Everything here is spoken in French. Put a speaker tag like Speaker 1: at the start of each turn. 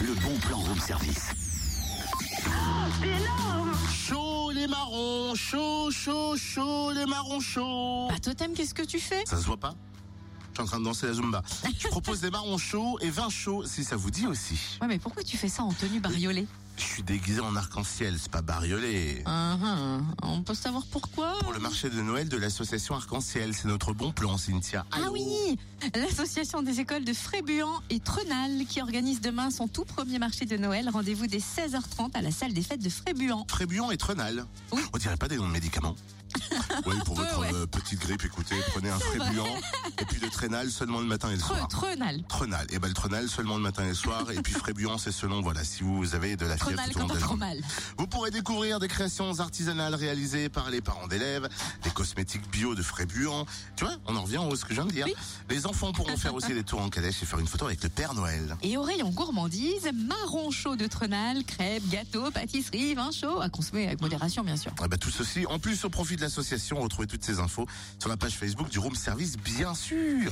Speaker 1: le bon plan room service.
Speaker 2: Chaud les marrons, chaud, chaud, chaud les marrons chauds.
Speaker 3: Bah Totem, qu'est-ce que tu fais
Speaker 2: Ça se voit pas Je suis en train de danser la zumba. Je propose des marrons chauds et vin chaud si ça vous dit aussi.
Speaker 3: Ouais, mais pourquoi tu fais ça en tenue bariolée
Speaker 2: Je suis déguisé en arc-en-ciel, c'est pas bariolé.
Speaker 3: Ah, ah, On peut savoir pourquoi
Speaker 2: Pour le marché de Noël de l'association Arc-en-Ciel, c'est notre bon plan, Cynthia.
Speaker 3: Ah
Speaker 2: Allô
Speaker 3: oui L'association des écoles de Frébuant et Trenal qui organise demain son tout premier marché de Noël. Rendez-vous dès 16h30 à la salle des fêtes de Frébuant.
Speaker 2: Trébuant et Trénal.
Speaker 3: Oui.
Speaker 2: On dirait pas des noms de médicaments. oui, pour
Speaker 3: peu,
Speaker 2: votre
Speaker 3: ouais.
Speaker 2: euh, petite grippe, écoutez, prenez un Trébuant et puis le Trénal seulement le matin et le
Speaker 3: Tre,
Speaker 2: soir.
Speaker 3: Trenal.
Speaker 2: Tronal, et ben le Tronal seulement le matin et le soir, et puis Frébuant c'est selon voilà si vous avez de la fièvre
Speaker 3: Trenal
Speaker 2: tout au long
Speaker 3: quand
Speaker 2: de
Speaker 3: on
Speaker 2: la
Speaker 3: prend
Speaker 2: journée.
Speaker 3: mal.
Speaker 2: Vous pourrez découvrir des créations artisanales réalisées par les parents d'élèves, des cosmétiques bio de Frébuant. Tu vois, on en revient à ce que je viens de dire.
Speaker 3: Oui.
Speaker 2: Les enfants pourront faire aussi des tours en calèche et faire une photo avec le Père Noël.
Speaker 3: Et au rayon gourmandise, marron chaud de Trenal, crêpes, gâteaux, pâtisseries, vin chaud, à consommer avec modération bien sûr.
Speaker 2: Eh ben, tout ceci, en plus, au profit de l'association, retrouvez toutes ces infos sur la page Facebook du Room Service, bien sûr.